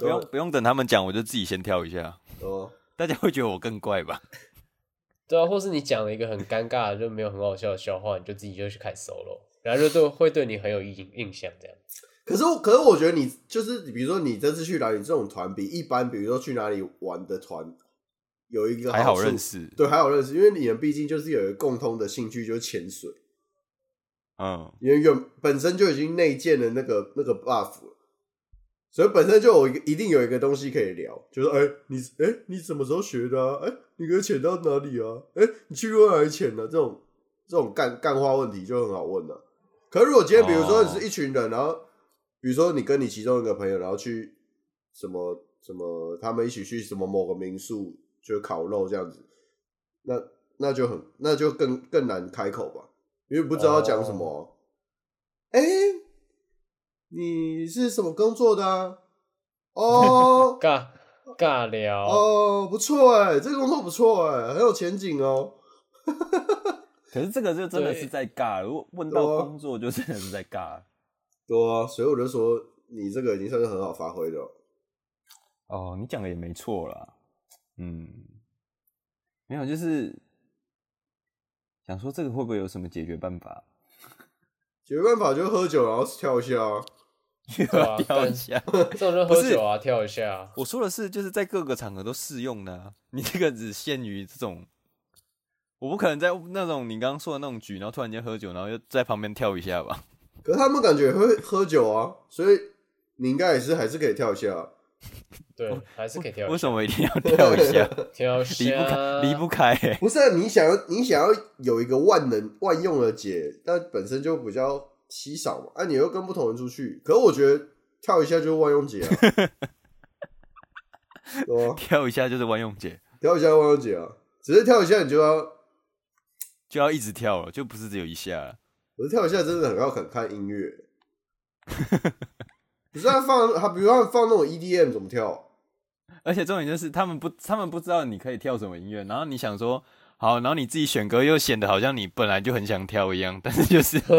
[SPEAKER 2] 不用
[SPEAKER 3] 啊
[SPEAKER 2] 不用等他们讲，我就自己先跳一下，
[SPEAKER 1] 哦，
[SPEAKER 2] 大家会觉得我更怪吧？
[SPEAKER 3] 对啊，或是你讲了一个很尴尬的，就没有很好笑的笑话，你就自己就去开始 solo，然后就对会对你很有印印象这样。
[SPEAKER 1] 可是我，可是我觉得你就是，比如说你这次去哪里这种团，比一般比如说去哪里玩的团有一个
[SPEAKER 2] 还好
[SPEAKER 1] 处
[SPEAKER 2] 认，识，
[SPEAKER 1] 对，还好认识，因为你们毕竟就是有一个共通的兴趣，就是潜水。
[SPEAKER 2] 嗯，
[SPEAKER 1] 因为原本身就已经内建了那个那个 buff 了，所以本身就有一个一定有一个东西可以聊，就是哎、你哎、你什么时候学的啊？哎、你给潜到哪里啊？哎、你去过哪里潜的、这种这种干干话问题就很好问了、可如果今天比如说你是一群人，然后比如说你跟你其中一个朋友，然后去什么什么，他们一起去什么某个民宿就烤肉这样子，那那就很那就更更难开口吧。因为不知道讲什么。哎、你是什么工作的、啊？哦
[SPEAKER 3] 尬尬 聊，
[SPEAKER 1] 哦，不错哎、这个工作不错哎、很有前景哦。
[SPEAKER 2] 可是这个就真的是
[SPEAKER 3] 对
[SPEAKER 2] 在尬，如果问到
[SPEAKER 1] 对啊
[SPEAKER 2] 工作，就真的是在尬。
[SPEAKER 1] 对啊，所以我就说你这个已经算是很好发挥的哦。
[SPEAKER 2] 哦，你讲的也没错啦，嗯，没有，就是想说这个会不会有什么解决办法？
[SPEAKER 1] 解决办法就喝酒，然后跳一下啊。
[SPEAKER 2] 又 要
[SPEAKER 3] 啊
[SPEAKER 2] 掉
[SPEAKER 3] 但
[SPEAKER 2] 一下。
[SPEAKER 3] 这种就
[SPEAKER 2] 不
[SPEAKER 3] 喝
[SPEAKER 2] 是
[SPEAKER 3] 酒啊，跳一下啊，
[SPEAKER 2] 我说的是，就是在各个场合都适用的啊、你这个只限于这种，我不可能在那种你刚刚说的那种局，然后突然间喝酒，然后又在旁边跳一下吧？
[SPEAKER 1] 可是他们感觉也会喝酒啊，所以你应该也是还是可以跳一下啊、
[SPEAKER 3] 对，还是可以
[SPEAKER 2] 为
[SPEAKER 3] 跳一下，啊
[SPEAKER 2] 什么一定要跳一 下？
[SPEAKER 3] 跳
[SPEAKER 2] 离
[SPEAKER 3] 一
[SPEAKER 2] 不
[SPEAKER 3] 下，
[SPEAKER 2] 开，离不开、欸。
[SPEAKER 1] 不是啊、你想要你想要有一个万能万用的解，那本身就比较稀少嘛。啊，你又跟不同人出去，可是我觉得跳一下就是万用解 啊，对啊，
[SPEAKER 2] 跳一下就是万用姐，
[SPEAKER 1] 跳一下就万用解啊，只是跳一下你就要，
[SPEAKER 2] 就要一直跳了，就不是只有一下了。
[SPEAKER 1] 我是跳一下真的很要很看音乐，不是他放他，比如他放那种 EDM 怎么跳？
[SPEAKER 2] 而且重点就是他们不，他们不知道你可以跳什么音乐，然后你想说好，然后你自己选歌又显得好像你本来就很想跳一样，但是就是 对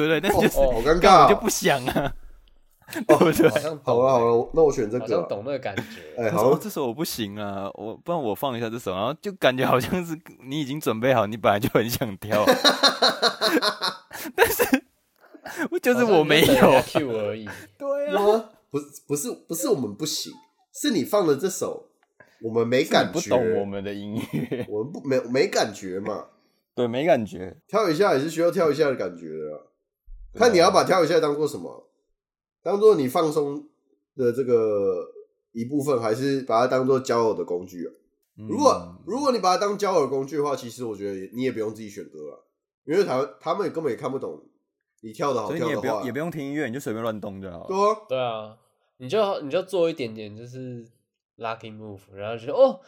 [SPEAKER 2] 不对？但是就是、
[SPEAKER 1] 好尴
[SPEAKER 2] 干
[SPEAKER 1] 尬、
[SPEAKER 2] 我就
[SPEAKER 1] 哦
[SPEAKER 2] 不想啊， 对不对？
[SPEAKER 3] 好像
[SPEAKER 1] 好
[SPEAKER 3] 懂
[SPEAKER 1] 了好了，那我选这
[SPEAKER 3] 好
[SPEAKER 1] 个
[SPEAKER 3] 像
[SPEAKER 1] 啊、
[SPEAKER 3] 懂那个感觉，
[SPEAKER 1] 哎、
[SPEAKER 2] 他
[SPEAKER 1] 好
[SPEAKER 2] 说哦
[SPEAKER 1] 像
[SPEAKER 2] 这首我不行啊，我不然我放一下这首，然后就感觉好像是你已经准备好，你本来就很 想跳，但是我就是我没有，
[SPEAKER 3] Q 而已，
[SPEAKER 2] 对啊，
[SPEAKER 1] 吗？不是不是不是我们不行，是你放了这首，我们没
[SPEAKER 2] 你
[SPEAKER 1] 感觉，
[SPEAKER 2] 不懂我，们的音乐，
[SPEAKER 1] 我们不没没感觉嘛。
[SPEAKER 2] 对，没感觉，
[SPEAKER 1] 跳一下也是需要跳一下的感觉的啊啦，看你要把跳一下当做什么，当做你放松的这个一部分，还是把它当做交友的工具啊？
[SPEAKER 2] 嗯
[SPEAKER 1] 如果如果你把它当交友的工具的话，其实我觉得也你也不用自己选歌了，因为他他们也根本也看不懂你跳的好
[SPEAKER 2] 所以
[SPEAKER 1] 跳
[SPEAKER 2] 你也
[SPEAKER 1] 的
[SPEAKER 2] 不
[SPEAKER 1] 话
[SPEAKER 2] 用也，不用听音乐，你就随便乱动就好了。
[SPEAKER 1] 对啊，
[SPEAKER 3] 对啊，你就你就做一点点就是 lucky move，然后就哦。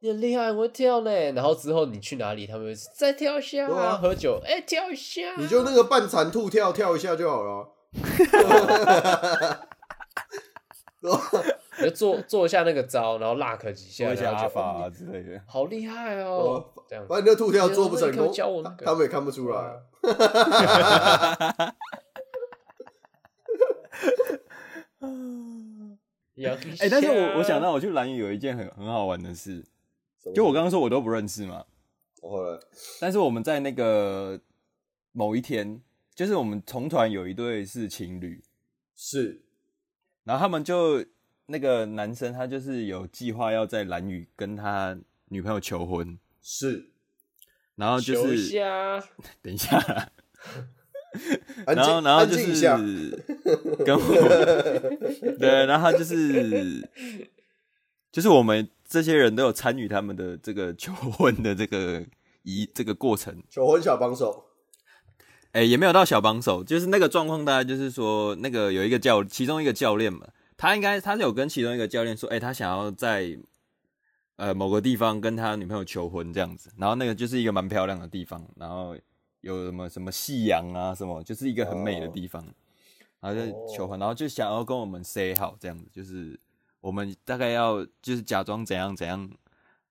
[SPEAKER 3] 你很厉害，我会跳呢。然后之后你去哪里，他们会说再跳一下
[SPEAKER 1] 对啊
[SPEAKER 3] 喝酒，哎、跳一下。
[SPEAKER 1] 你就那个半残兔跳跳一下就好了啊。
[SPEAKER 3] 你就做做一下那个招，然后 luck 几下，
[SPEAKER 2] 说一些
[SPEAKER 3] 然后
[SPEAKER 2] 阿
[SPEAKER 3] 就
[SPEAKER 2] 法
[SPEAKER 3] 哦
[SPEAKER 2] 啊
[SPEAKER 3] 你
[SPEAKER 2] 之类的，
[SPEAKER 3] 好厉害哦，这样
[SPEAKER 1] 把你那兔跳做不成
[SPEAKER 3] 你可
[SPEAKER 1] 功
[SPEAKER 3] 以教我那，个
[SPEAKER 1] 他们也看不出来。啊
[SPEAKER 2] 哎、但是我我想 到我去兰屿有一件很很好玩的事，就我刚刚说我都不认识嘛，
[SPEAKER 1] 后来，
[SPEAKER 2] 但是我们在那个某一天，就是我们同团有一对是情侣，
[SPEAKER 1] 是
[SPEAKER 2] 然后他们就那个男生他就是有计划要在兰屿跟他女朋友求婚，
[SPEAKER 1] 是，
[SPEAKER 2] 然后就
[SPEAKER 3] 求一
[SPEAKER 2] 是
[SPEAKER 3] 下，
[SPEAKER 2] 等一下啦，
[SPEAKER 1] 安
[SPEAKER 2] 然后
[SPEAKER 1] 静
[SPEAKER 2] 然后
[SPEAKER 1] 安
[SPEAKER 2] 就
[SPEAKER 1] 静一
[SPEAKER 2] 是
[SPEAKER 1] 下，
[SPEAKER 2] 跟我对，然后他就是就是我们这些人都有参与他们的这个求婚的这个仪这个过程，
[SPEAKER 1] 求婚小帮手，
[SPEAKER 2] 哎、也没有到小帮手，就是那个状况，大概就是说那个有一个教其中一个教练嘛，他应该他有跟其中一个教练说，哎、他想要在呃某个地方跟他女朋友求婚这样子，然后那个就是一个蛮漂亮的地方，然后有什么什么夕阳啊什么，就是一个很美
[SPEAKER 1] 哦
[SPEAKER 2] 的地方，然后就求婚，然后就想要跟我们 say 好这样子，就是我们大概要就是假装怎样怎样，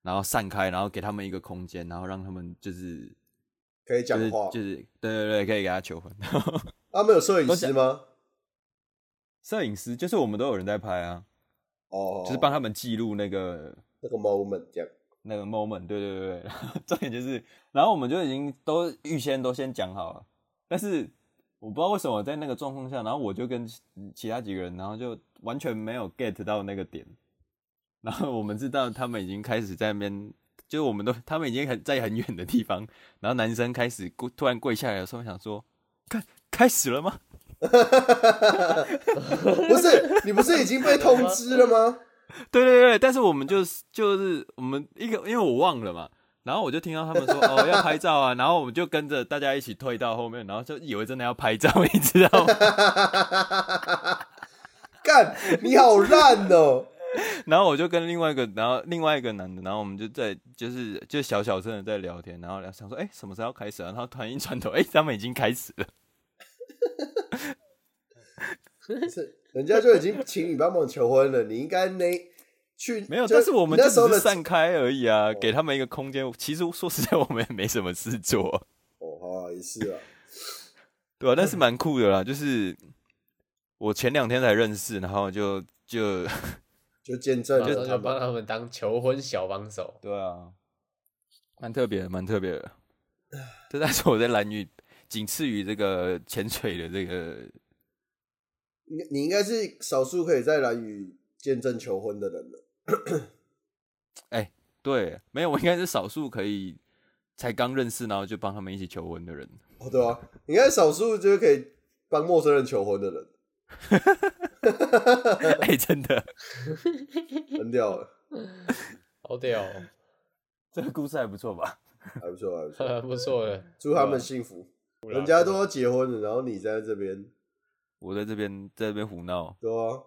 [SPEAKER 2] 然后散开，然后给他们一个空间，然后让他们就是。
[SPEAKER 1] 可以讲话
[SPEAKER 2] 就。是就是对对对，可以给他求婚。然后
[SPEAKER 1] 他们有摄影师吗？
[SPEAKER 2] 摄影师就是我们都有人在拍啊，
[SPEAKER 1] 哦，
[SPEAKER 2] 就是帮他们记录那个
[SPEAKER 1] 那个 moment 这样。
[SPEAKER 2] 那个 moment。对对对对， 然后重点就是，然后我们就已经都预先都先讲好了，但是我不知道为什么在那个状况下，然后我就跟其其他几个人，然后就完全没有 get 到那个点。然后我们知道他们已经开始在那边就是我们都他们已经很在很远的地方，然后男生开始跪突然跪下来的时候，我想说，看开始了吗？
[SPEAKER 1] 不是你不是已经被通知了吗？
[SPEAKER 2] 对对对，但是我们就是就是我们一个，因为我忘了嘛，然后我就听到他们说哦要拍照啊，然后我们就跟着大家一起退到后面，然后就以为真的要拍照， 你知道吗？
[SPEAKER 1] 干，你好烂哦！
[SPEAKER 2] 然后我就跟另外一个，然后另外一个男的，然后我们就在就是就小小声的在聊天，然后聊想说哎、什么时候要开始啊？然后突然一转头，哎、他们已经开始了。
[SPEAKER 1] 是人家就已经请你帮忙求婚了，你应该那去
[SPEAKER 2] 没有，
[SPEAKER 1] 就
[SPEAKER 2] 但是我们
[SPEAKER 1] 你
[SPEAKER 2] 就
[SPEAKER 1] 那时候
[SPEAKER 2] 只
[SPEAKER 1] 的哦
[SPEAKER 2] 是散开而已啊，给他们一个空间。其实说实在，我们也没什么事做，
[SPEAKER 1] 哦，好啊，也是啊，
[SPEAKER 2] 对吧、但是蛮酷的啦，就是我前两天才认识，然后就就。
[SPEAKER 1] 就见证
[SPEAKER 3] 然后
[SPEAKER 1] 了
[SPEAKER 3] 就
[SPEAKER 1] 他
[SPEAKER 3] 帮
[SPEAKER 1] 们。
[SPEAKER 3] 他们当求婚小帮手
[SPEAKER 2] 对啊，蛮特别的，蛮特别的。这但是我在蓝屿，仅次于这个潜水的这个，
[SPEAKER 1] 你你应该是少数可以在蓝屿见证求婚的人了。
[SPEAKER 2] 对，没有，我应该是少数可以才刚认识，然后就帮他们一起求婚的人。
[SPEAKER 1] 哦，对啊，你应该是少数就是可以帮陌生人求婚的人，
[SPEAKER 2] 哎、真的，
[SPEAKER 1] 很屌了，
[SPEAKER 3] 好屌哦，
[SPEAKER 2] 这个故事还不错吧？
[SPEAKER 1] 还不错，还不错，
[SPEAKER 3] 呵呵不错的。
[SPEAKER 1] 祝他
[SPEAKER 2] 啊
[SPEAKER 1] 们幸福。人家都要结婚了，然后你在这边，
[SPEAKER 2] 我在这边在这边胡闹。
[SPEAKER 1] 对啊，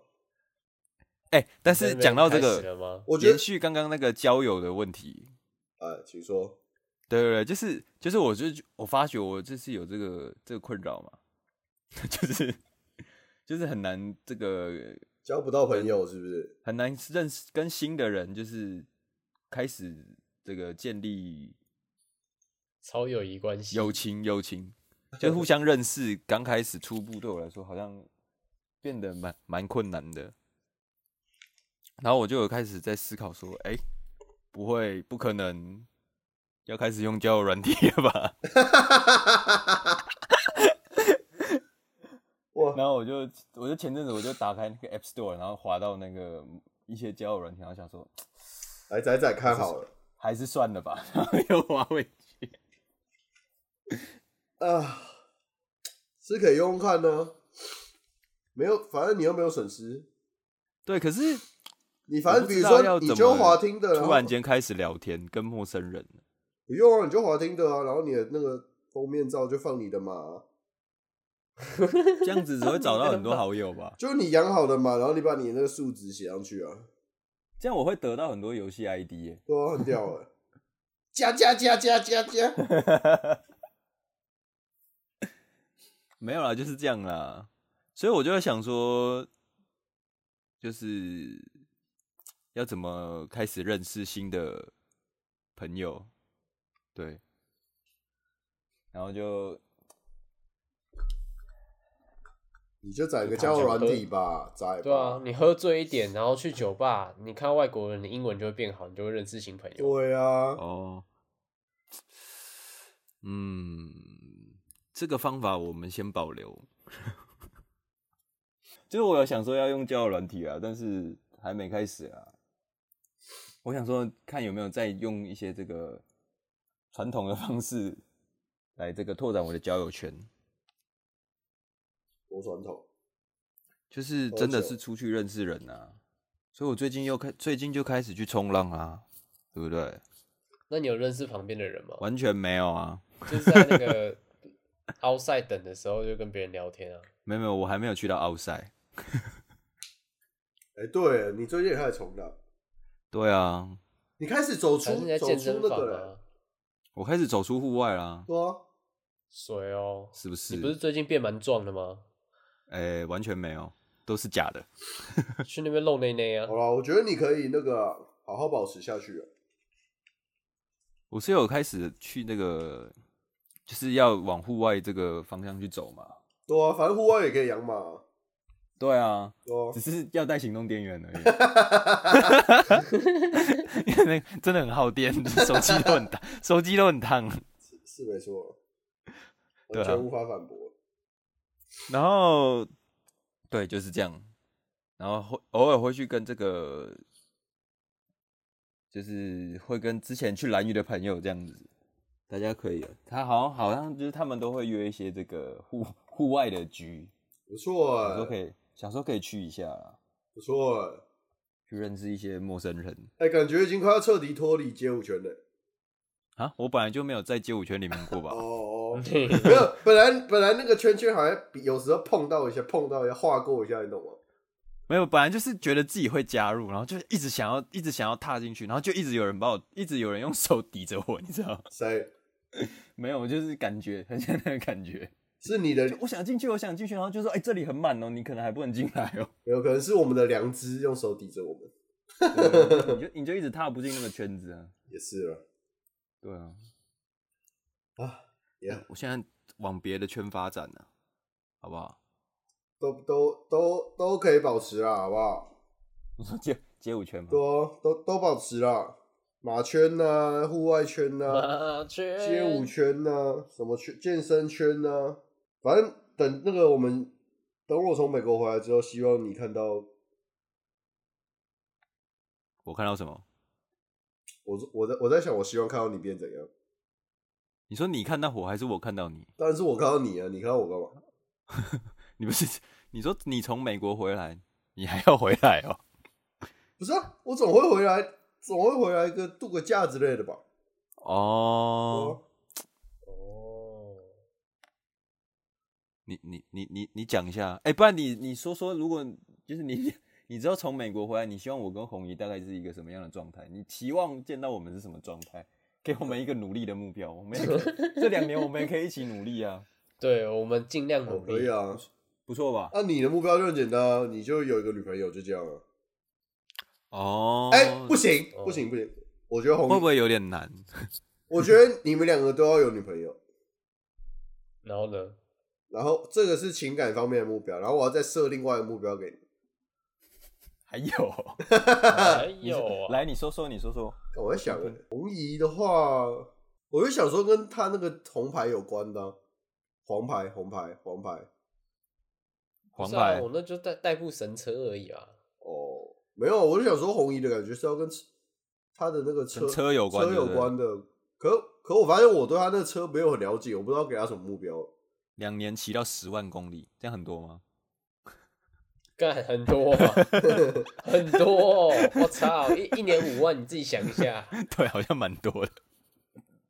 [SPEAKER 2] 哎、但
[SPEAKER 3] 这
[SPEAKER 2] 是
[SPEAKER 3] 边
[SPEAKER 2] 讲到这
[SPEAKER 3] 开始
[SPEAKER 2] 个，
[SPEAKER 3] 了吗？
[SPEAKER 1] 我觉
[SPEAKER 2] 延
[SPEAKER 1] 得，
[SPEAKER 2] 续刚刚那个交友的问题，
[SPEAKER 1] 哎，请说，
[SPEAKER 2] 对对对，就是就是，我就我发觉我这次有这个这个困扰嘛， 就是就是很难这个
[SPEAKER 1] 交不到朋友是不是？
[SPEAKER 2] 很难认识跟新的人，就是开始这个建立
[SPEAKER 3] 超友谊关系，
[SPEAKER 2] 友情，友情就是互相认识。刚开始初步对我来说，好像变得蛮蛮困难的。然后我就有开始在思考说，哎、不会，不可能，要开始用交友软体了吧？
[SPEAKER 1] 哇，
[SPEAKER 2] 然后我就我就前阵子我就打开那个 App Store，然后滑到那个一些交友软体，然后想说
[SPEAKER 1] 来仔仔看好了
[SPEAKER 2] 还是算了吧， 然后又滑回去。
[SPEAKER 1] 啊，是可以用用看呢、没有，反正你又没有损失，
[SPEAKER 2] 对，可是
[SPEAKER 1] 你反
[SPEAKER 2] 我
[SPEAKER 1] 正
[SPEAKER 2] 不
[SPEAKER 1] 比如
[SPEAKER 2] 知道要
[SPEAKER 1] 说你
[SPEAKER 2] 怎
[SPEAKER 1] 就
[SPEAKER 2] 么
[SPEAKER 1] 滑听的，
[SPEAKER 2] 突然间开始聊天，跟陌生人，
[SPEAKER 1] 不用啊，你就滑听的啊，然后你的那个封面照就放你的码啊、
[SPEAKER 2] 这样子只会找到很多好友吧？
[SPEAKER 1] 就是你养好的码，然后你把你那个数值写上去啊，
[SPEAKER 2] 这样我会得到很多游戏 ID 耶、
[SPEAKER 1] 对啊，很屌哎、加加加加加加，
[SPEAKER 2] 没有啦，就是这样啦。所以我就会想说，就是要怎么开始认识新的朋友，对，然后就
[SPEAKER 1] 你就找一个交友软体吧，仔
[SPEAKER 3] 对啊
[SPEAKER 1] 吧，，
[SPEAKER 3] 你喝醉一点，然后去酒吧，你看外国人，你英文就会变好，你就会认识新朋友。
[SPEAKER 1] 对啊，
[SPEAKER 2] 哦，嗯，这个方法我们先保留。 就是我有想说要用交友软体啊，但是还没开始啊。我想说看有没有再用一些这个传统的方式来这个拓展我的交友圈，
[SPEAKER 1] 多传统，
[SPEAKER 2] 就是
[SPEAKER 1] 多
[SPEAKER 2] 真的
[SPEAKER 1] 久
[SPEAKER 2] 是出去认识人啊。所以我最近又开，最近就开始去冲浪啊，对不对？
[SPEAKER 3] 那你有认识旁边的人吗？
[SPEAKER 2] 完全没有啊。
[SPEAKER 3] 就是在那个 outside 等的时候，就跟别人聊天 啊。
[SPEAKER 2] 没有没有，我还没有去到奥赛。
[SPEAKER 1] 哎、对你最近也开始重了，
[SPEAKER 2] 对啊，
[SPEAKER 1] 你开始走出
[SPEAKER 3] 还是你在
[SPEAKER 1] 走
[SPEAKER 3] 健
[SPEAKER 1] 出
[SPEAKER 3] 身
[SPEAKER 1] 那
[SPEAKER 3] 房
[SPEAKER 1] 个了，
[SPEAKER 2] 欸
[SPEAKER 3] 啊？
[SPEAKER 2] 我开始走出户外啦，
[SPEAKER 1] 对啊，
[SPEAKER 3] 水哦，
[SPEAKER 2] 是不是？
[SPEAKER 3] 你不是最近变蛮壮的吗？
[SPEAKER 2] 哎、完全没有，都是假的。
[SPEAKER 3] 去那边露内内啊
[SPEAKER 1] 好？了，我觉得你可以那个啊好好保持下去啊。
[SPEAKER 2] 我是有开始去那个，就是要往户外这个方向去走嘛。
[SPEAKER 1] 对啊，反正户外也可以养马、
[SPEAKER 2] 对啊，
[SPEAKER 1] 对啊
[SPEAKER 2] 只，是要带行动电源而已。 因为那个真的很耗电，手机都很烫，手机都很烫。
[SPEAKER 1] 是没错，
[SPEAKER 2] 对
[SPEAKER 1] 完
[SPEAKER 2] 啊
[SPEAKER 1] 全无法反驳。
[SPEAKER 2] 然后，对，就是这样。然后会偶尔会去跟这个就是会跟之前去蓝屿的朋友这样子，大家可以。他好像好像就是他们都会约一些这个户户外的局，
[SPEAKER 1] 不错
[SPEAKER 2] 小时候可
[SPEAKER 1] 哎，
[SPEAKER 2] 以小时候可以去一下啦，
[SPEAKER 1] 不错哎，
[SPEAKER 2] 去认识一些陌生人
[SPEAKER 1] 哎，感觉已经快要彻底脱离街舞圈了。
[SPEAKER 2] 啊。我本来就没有在街舞圈里面过吧
[SPEAKER 1] 哦哦，
[SPEAKER 3] 嘿
[SPEAKER 1] 没有，本来本来那个圈圈好像比有时候碰到一下，碰到一下，划过一下，你懂吗？
[SPEAKER 2] 没有，本来就是觉得自己会加入，然后就一直想要一直想要踏进去，然后就一直有人把我，一直有人用手抵着我，你知道吗？
[SPEAKER 1] 谁
[SPEAKER 2] 没有，我就是感觉很像那个感觉，
[SPEAKER 1] 是你的
[SPEAKER 2] 就？ 我想进去，我想进去，然后就说，哎、这里很满哦，你可能还不能进来哦。
[SPEAKER 1] 有可能是我们的良知用手抵着我们，
[SPEAKER 2] 对你就你就一直踏不进那个圈子啊。
[SPEAKER 1] 也是了。
[SPEAKER 2] 对啊，
[SPEAKER 1] 啊，也、
[SPEAKER 2] 哎我现在往别的圈发展呢、好不好？
[SPEAKER 1] 都都都都可以保持啦，好不好？
[SPEAKER 2] 你说 街街舞圈吗？
[SPEAKER 1] 多都都保持啦，马圈呐、户外圈呐、
[SPEAKER 3] 麻雀
[SPEAKER 1] 啊街舞圈呐、什么圈、健身圈呐、反正等那个我们等我从美国回来之后，希望你看到
[SPEAKER 2] 我看到什么？
[SPEAKER 1] 我，我在我在想，我希望看到你变怎样？
[SPEAKER 2] 你说你看到我，还是我看到你？
[SPEAKER 1] 当然是我看到你啊，你看到我干嘛？
[SPEAKER 2] 你不是 你说你从美国回来，你还要回来哦？
[SPEAKER 1] 不是啊，我总会回来，总会回来个度个假之类的吧？
[SPEAKER 2] 哦，
[SPEAKER 1] 哦，
[SPEAKER 3] 哦，
[SPEAKER 2] 你你你你你讲一下，哎、不然你你说说，如果就是你 你知道从美国回来，你希望我跟红姨大概是一个什么样的状态？你期望见到我们是什么状态？给我们一个努力的目标，我们也可以这两年我们也可以一起努力啊，
[SPEAKER 3] 对，我们尽量
[SPEAKER 2] 嗯
[SPEAKER 3] 努
[SPEAKER 1] 可以
[SPEAKER 3] 力。
[SPEAKER 1] 啊。
[SPEAKER 2] 不错吧？
[SPEAKER 1] 那、你的目标就很简单啊，你就有一个女朋友，就这样啊。
[SPEAKER 2] 哦，
[SPEAKER 1] 哎、不行，
[SPEAKER 3] 哦
[SPEAKER 1] 不行，不行！我觉得红
[SPEAKER 2] 会不会有点难？
[SPEAKER 1] 我觉得你们两个都要有女朋友，
[SPEAKER 3] 然后 呢？
[SPEAKER 1] 然后这个是情感方面的目标，然后我要再设另外一个目标给你。
[SPEAKER 2] 还有，
[SPEAKER 3] 还
[SPEAKER 2] 你说
[SPEAKER 3] 有啊，
[SPEAKER 2] 来，你说说，你说说，
[SPEAKER 1] 干我在想，
[SPEAKER 2] 嗯
[SPEAKER 1] 红姨的话，我就想说跟她那个红牌有关的啊、黄牌、红牌、黄牌。
[SPEAKER 3] 不
[SPEAKER 2] 黄
[SPEAKER 3] 是啊
[SPEAKER 2] 牌
[SPEAKER 3] 我那就代代步神车而已啊。
[SPEAKER 1] 哦，没有，我就想说红姨的感觉是要跟车她的那个车
[SPEAKER 2] 跟车有关
[SPEAKER 1] 车
[SPEAKER 2] 对不
[SPEAKER 1] 有
[SPEAKER 2] 对
[SPEAKER 1] 关的。可可我发现我对她那个车没有很了解，我不知道给她什么目标。
[SPEAKER 2] 两年骑到十万公里，这样很多吗？
[SPEAKER 3] 干很 多、啊，很多、哦，我操，一一年五万，你自己想一下。
[SPEAKER 2] 对，好像蛮多的。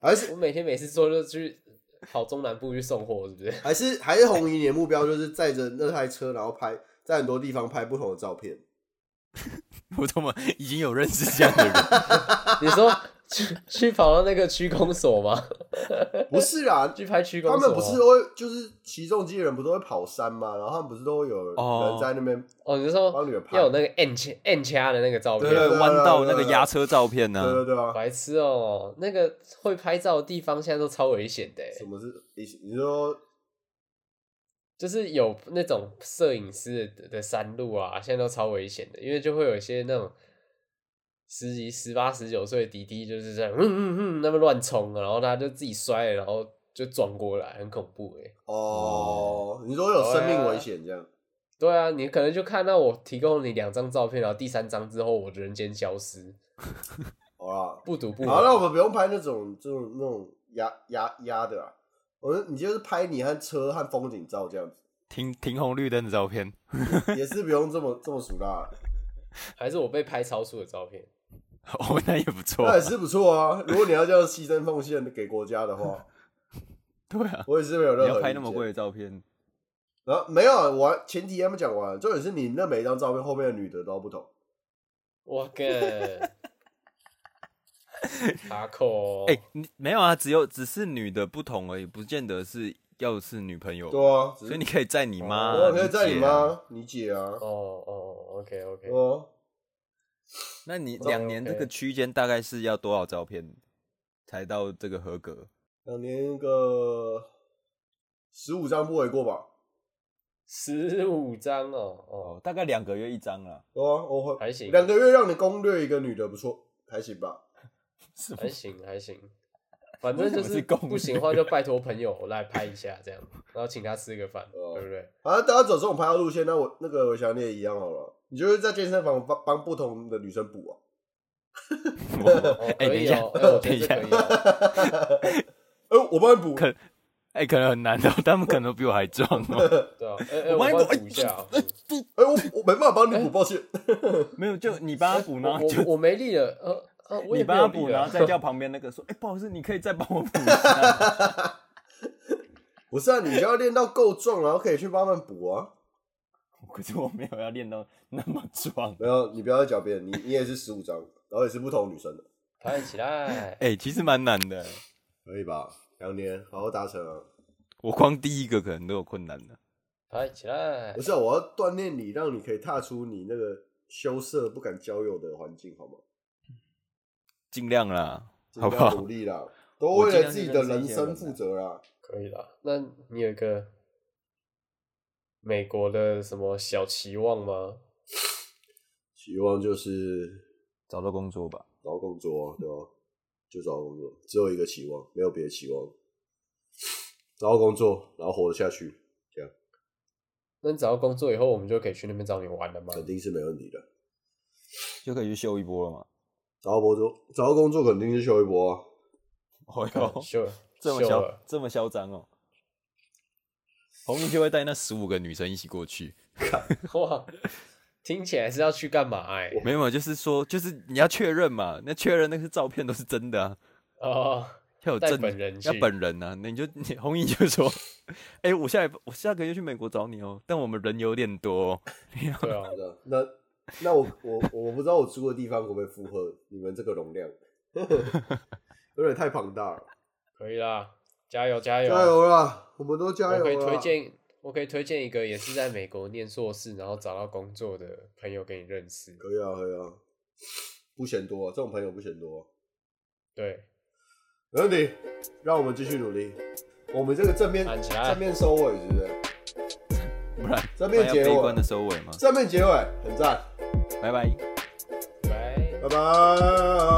[SPEAKER 1] 还是
[SPEAKER 3] 我每天每次坐就去跑中南部去送货，是不是？
[SPEAKER 1] 还是还是红姨，你的目标就是载着那台车，然后拍在很多地方拍不同的照片。
[SPEAKER 2] 我怎么已经有认识这样的人？
[SPEAKER 3] 你说去去跑到那个区公所吗？
[SPEAKER 1] 不是 啦，
[SPEAKER 3] 去拍区公
[SPEAKER 1] 他
[SPEAKER 3] 所？啊
[SPEAKER 1] 们不是都会就是起重机的人不都会跑山吗？然后他们不是都会有人在那边
[SPEAKER 3] 哦，你是说
[SPEAKER 1] 帮你们拍？
[SPEAKER 3] 要有那个 N 掐 N 掐的那个照片
[SPEAKER 2] 对？
[SPEAKER 1] 对对
[SPEAKER 2] 弯道那
[SPEAKER 1] 对
[SPEAKER 2] 个
[SPEAKER 1] 对
[SPEAKER 2] 压车照片呢、
[SPEAKER 1] 对对对啊！
[SPEAKER 3] 白痴哦、那个会拍照的地方现在都超危险的欸，
[SPEAKER 1] 什么是你你说
[SPEAKER 3] 就是有那种摄影师的的山路啊，现在都超危险的，因为就会有一些那种十几、十八、十九岁的弟弟就是这样，嗯嗯嗯，那么乱冲啊，然后他就自己摔了，然后就撞过来，很恐怖哎、
[SPEAKER 1] 哦，你说有生命
[SPEAKER 2] 啊
[SPEAKER 1] 危险这样？
[SPEAKER 3] 对啊，你可能就看到我提供你两张照片，然后第三张之后我人间消失，
[SPEAKER 1] 好啦，
[SPEAKER 2] 嗯
[SPEAKER 3] 不赌不
[SPEAKER 1] 好，那我
[SPEAKER 3] 了。
[SPEAKER 1] 们不用拍那种这种那种压压压的啦。我们你就是拍你和车和风景照这 样子，
[SPEAKER 2] 停停红绿灯的照片，
[SPEAKER 1] 也是不用这么这么俗辣，啊
[SPEAKER 3] 还是我被拍超速的照片，
[SPEAKER 2] 哦，那也不错
[SPEAKER 1] 那。也是不错啊。如果你要这样牺牲奉献给国家的 话，
[SPEAKER 2] 对啊，
[SPEAKER 1] 我也是没有任
[SPEAKER 2] 你
[SPEAKER 1] 何
[SPEAKER 2] 要拍
[SPEAKER 1] 意
[SPEAKER 2] 那么
[SPEAKER 1] 见
[SPEAKER 2] 贵的照片，
[SPEAKER 1] 然后没有啊，我前提还没讲完，重点是你那每一张照片后面的女的都不同。
[SPEAKER 3] 我 跟卡扣，
[SPEAKER 2] 哎、你没有啊？只有只是女的不同而已，不见得是要是女朋友。
[SPEAKER 1] 对啊，只
[SPEAKER 2] 哦所以
[SPEAKER 1] 是
[SPEAKER 2] 你可以载你妈、
[SPEAKER 1] 我可以载你
[SPEAKER 2] 姐啊。
[SPEAKER 1] 妈、你姐啊，
[SPEAKER 3] 哦哦，OK OK，
[SPEAKER 1] 哦，
[SPEAKER 2] 那你
[SPEAKER 3] 哦
[SPEAKER 2] 两年这
[SPEAKER 3] OK
[SPEAKER 2] 个区间大概是要多少照片才到这个合格？
[SPEAKER 1] 两年个十五张不为过吧？
[SPEAKER 3] 十五张哦，哦，
[SPEAKER 2] 哦，大概两个月一张啦。
[SPEAKER 1] 对啊，我会
[SPEAKER 3] 还行
[SPEAKER 1] 两个月让你攻略一个女的不错，还行吧？
[SPEAKER 2] 是
[SPEAKER 1] 哎
[SPEAKER 3] 还行还行，反正就
[SPEAKER 2] 为什么
[SPEAKER 3] 是
[SPEAKER 2] 是公
[SPEAKER 3] 不行的话就拜托朋友来拍一下这样，然后请他吃个饭，
[SPEAKER 1] 哦
[SPEAKER 3] 对不对？
[SPEAKER 1] 啊，大家走这种拍照路线，那我那个我想你也一样好了，你就是在健身房帮帮不同的女生补啊，
[SPEAKER 2] 我
[SPEAKER 3] 哦，
[SPEAKER 2] 哎，
[SPEAKER 3] 可
[SPEAKER 2] 等一
[SPEAKER 3] 以
[SPEAKER 2] 下
[SPEAKER 3] 哦，哎，我，
[SPEAKER 2] 等
[SPEAKER 3] 觉
[SPEAKER 2] 一
[SPEAKER 3] 得这
[SPEAKER 2] 下
[SPEAKER 3] 可，以哦。
[SPEAKER 1] 呃，我帮你补，
[SPEAKER 2] 可哎，可能很难的，他们可能比我还壮哦。
[SPEAKER 3] 对啊，哎哎，我
[SPEAKER 2] 我帮你补
[SPEAKER 3] 帮你补一下哦。
[SPEAKER 1] 哎，我我没办法帮你
[SPEAKER 2] 哎
[SPEAKER 1] 补，抱歉。
[SPEAKER 2] 没有，就你帮他
[SPEAKER 1] 哎
[SPEAKER 2] 补，然后就
[SPEAKER 3] 我我没力了，呃呃，我
[SPEAKER 2] 你
[SPEAKER 3] 也没
[SPEAKER 2] 帮
[SPEAKER 3] 有
[SPEAKER 2] 他
[SPEAKER 3] 力
[SPEAKER 2] 补，然
[SPEAKER 1] 啊
[SPEAKER 3] 了
[SPEAKER 2] 后。 再叫旁边那个说：“哎、不好意思，你可以再帮我补一下。
[SPEAKER 1] 不是啊，你就要练到够壮，然后可以去慢慢补啊。”
[SPEAKER 2] 可是我没有要练到 那么壮。
[SPEAKER 1] 没有，你不要再狡辩，你你也是十五张，然后也是不同女生的，
[SPEAKER 3] 团练起来，
[SPEAKER 2] 哎、其实蛮难的，
[SPEAKER 1] 可以吧？两年好好达成啊！
[SPEAKER 2] 我光第一个可能都有困难的。
[SPEAKER 3] 团练起来
[SPEAKER 1] 不。是、啊，我要锻炼你，让你可以踏出你那个羞涩不敢交友的环境，好吗？
[SPEAKER 2] 尽量啦，
[SPEAKER 1] 尽
[SPEAKER 2] 好不
[SPEAKER 1] 量
[SPEAKER 2] 好
[SPEAKER 1] 努？力啦，都为了自己的人生负责啦。
[SPEAKER 3] 可以啦。那你有一个美国的什么小期望吗？
[SPEAKER 1] 希望就是
[SPEAKER 2] 找到工作吧。
[SPEAKER 1] 找工作啊，对吧？就找工作，只有一个期望，没有别的期望。找到工作，然后活得下去，
[SPEAKER 3] 那你找到工作以后，我们就可以去那边找你玩了吗？
[SPEAKER 1] 肯定是没问题的。
[SPEAKER 2] 就可以去修一波了嘛。
[SPEAKER 1] 找到工作，找到工作肯定是修一波啊。
[SPEAKER 2] 哦
[SPEAKER 3] 干
[SPEAKER 2] 哟，
[SPEAKER 3] 秀了
[SPEAKER 2] 这么
[SPEAKER 3] 秀
[SPEAKER 2] 嚣
[SPEAKER 3] 了，
[SPEAKER 2] 这么嚣张哦！红衣就会带那十五个女生一起过去，
[SPEAKER 3] 哇！听起来是要去干嘛、欸？
[SPEAKER 2] 没有，就是说，就是你要确认嘛，那确认那个照片都是真的啊，
[SPEAKER 3] 哦，
[SPEAKER 2] 要有
[SPEAKER 3] 带
[SPEAKER 2] 证，
[SPEAKER 3] 本人
[SPEAKER 2] 要
[SPEAKER 3] 去
[SPEAKER 2] 本人啊，那你就你红衣就说， 哎、我下一我下个月去美国找你哦，但我们人有点多、哦，
[SPEAKER 3] 对啊
[SPEAKER 1] 好，的，那那我我我不知道我租的地方会不会负荷你们这个容 量，有点太庞大了。
[SPEAKER 3] 可以啦，加油加油！
[SPEAKER 1] 加油啦，我们都加
[SPEAKER 3] 我
[SPEAKER 1] 油啊
[SPEAKER 3] 可以
[SPEAKER 1] 啦！
[SPEAKER 3] 推荐，我可以推荐一个也是在美国念硕士，然后找到工作的朋友给你认识。
[SPEAKER 1] 可以啊，可以啊，不嫌多、啊，这种朋友不嫌多啊、
[SPEAKER 3] 对，
[SPEAKER 1] 没问题，让我们继续努力。我们这个正面
[SPEAKER 3] 按起来
[SPEAKER 1] 正面收尾是不是？
[SPEAKER 2] 不然
[SPEAKER 1] 正
[SPEAKER 2] 不然
[SPEAKER 1] 面
[SPEAKER 2] 要
[SPEAKER 1] 结
[SPEAKER 2] 悲观的
[SPEAKER 1] 尾，
[SPEAKER 2] 收尾嘛。
[SPEAKER 1] 正面结尾，很赞，
[SPEAKER 2] 拜拜。
[SPEAKER 3] 拜。
[SPEAKER 1] 拜拜。